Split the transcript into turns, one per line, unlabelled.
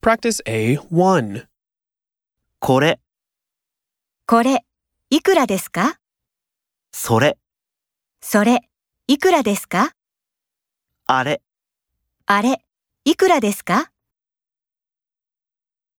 Practice A1.
これ、
これ、いくらですか
それ、
それ、いくらですか
あれ。
あれ、いくらですか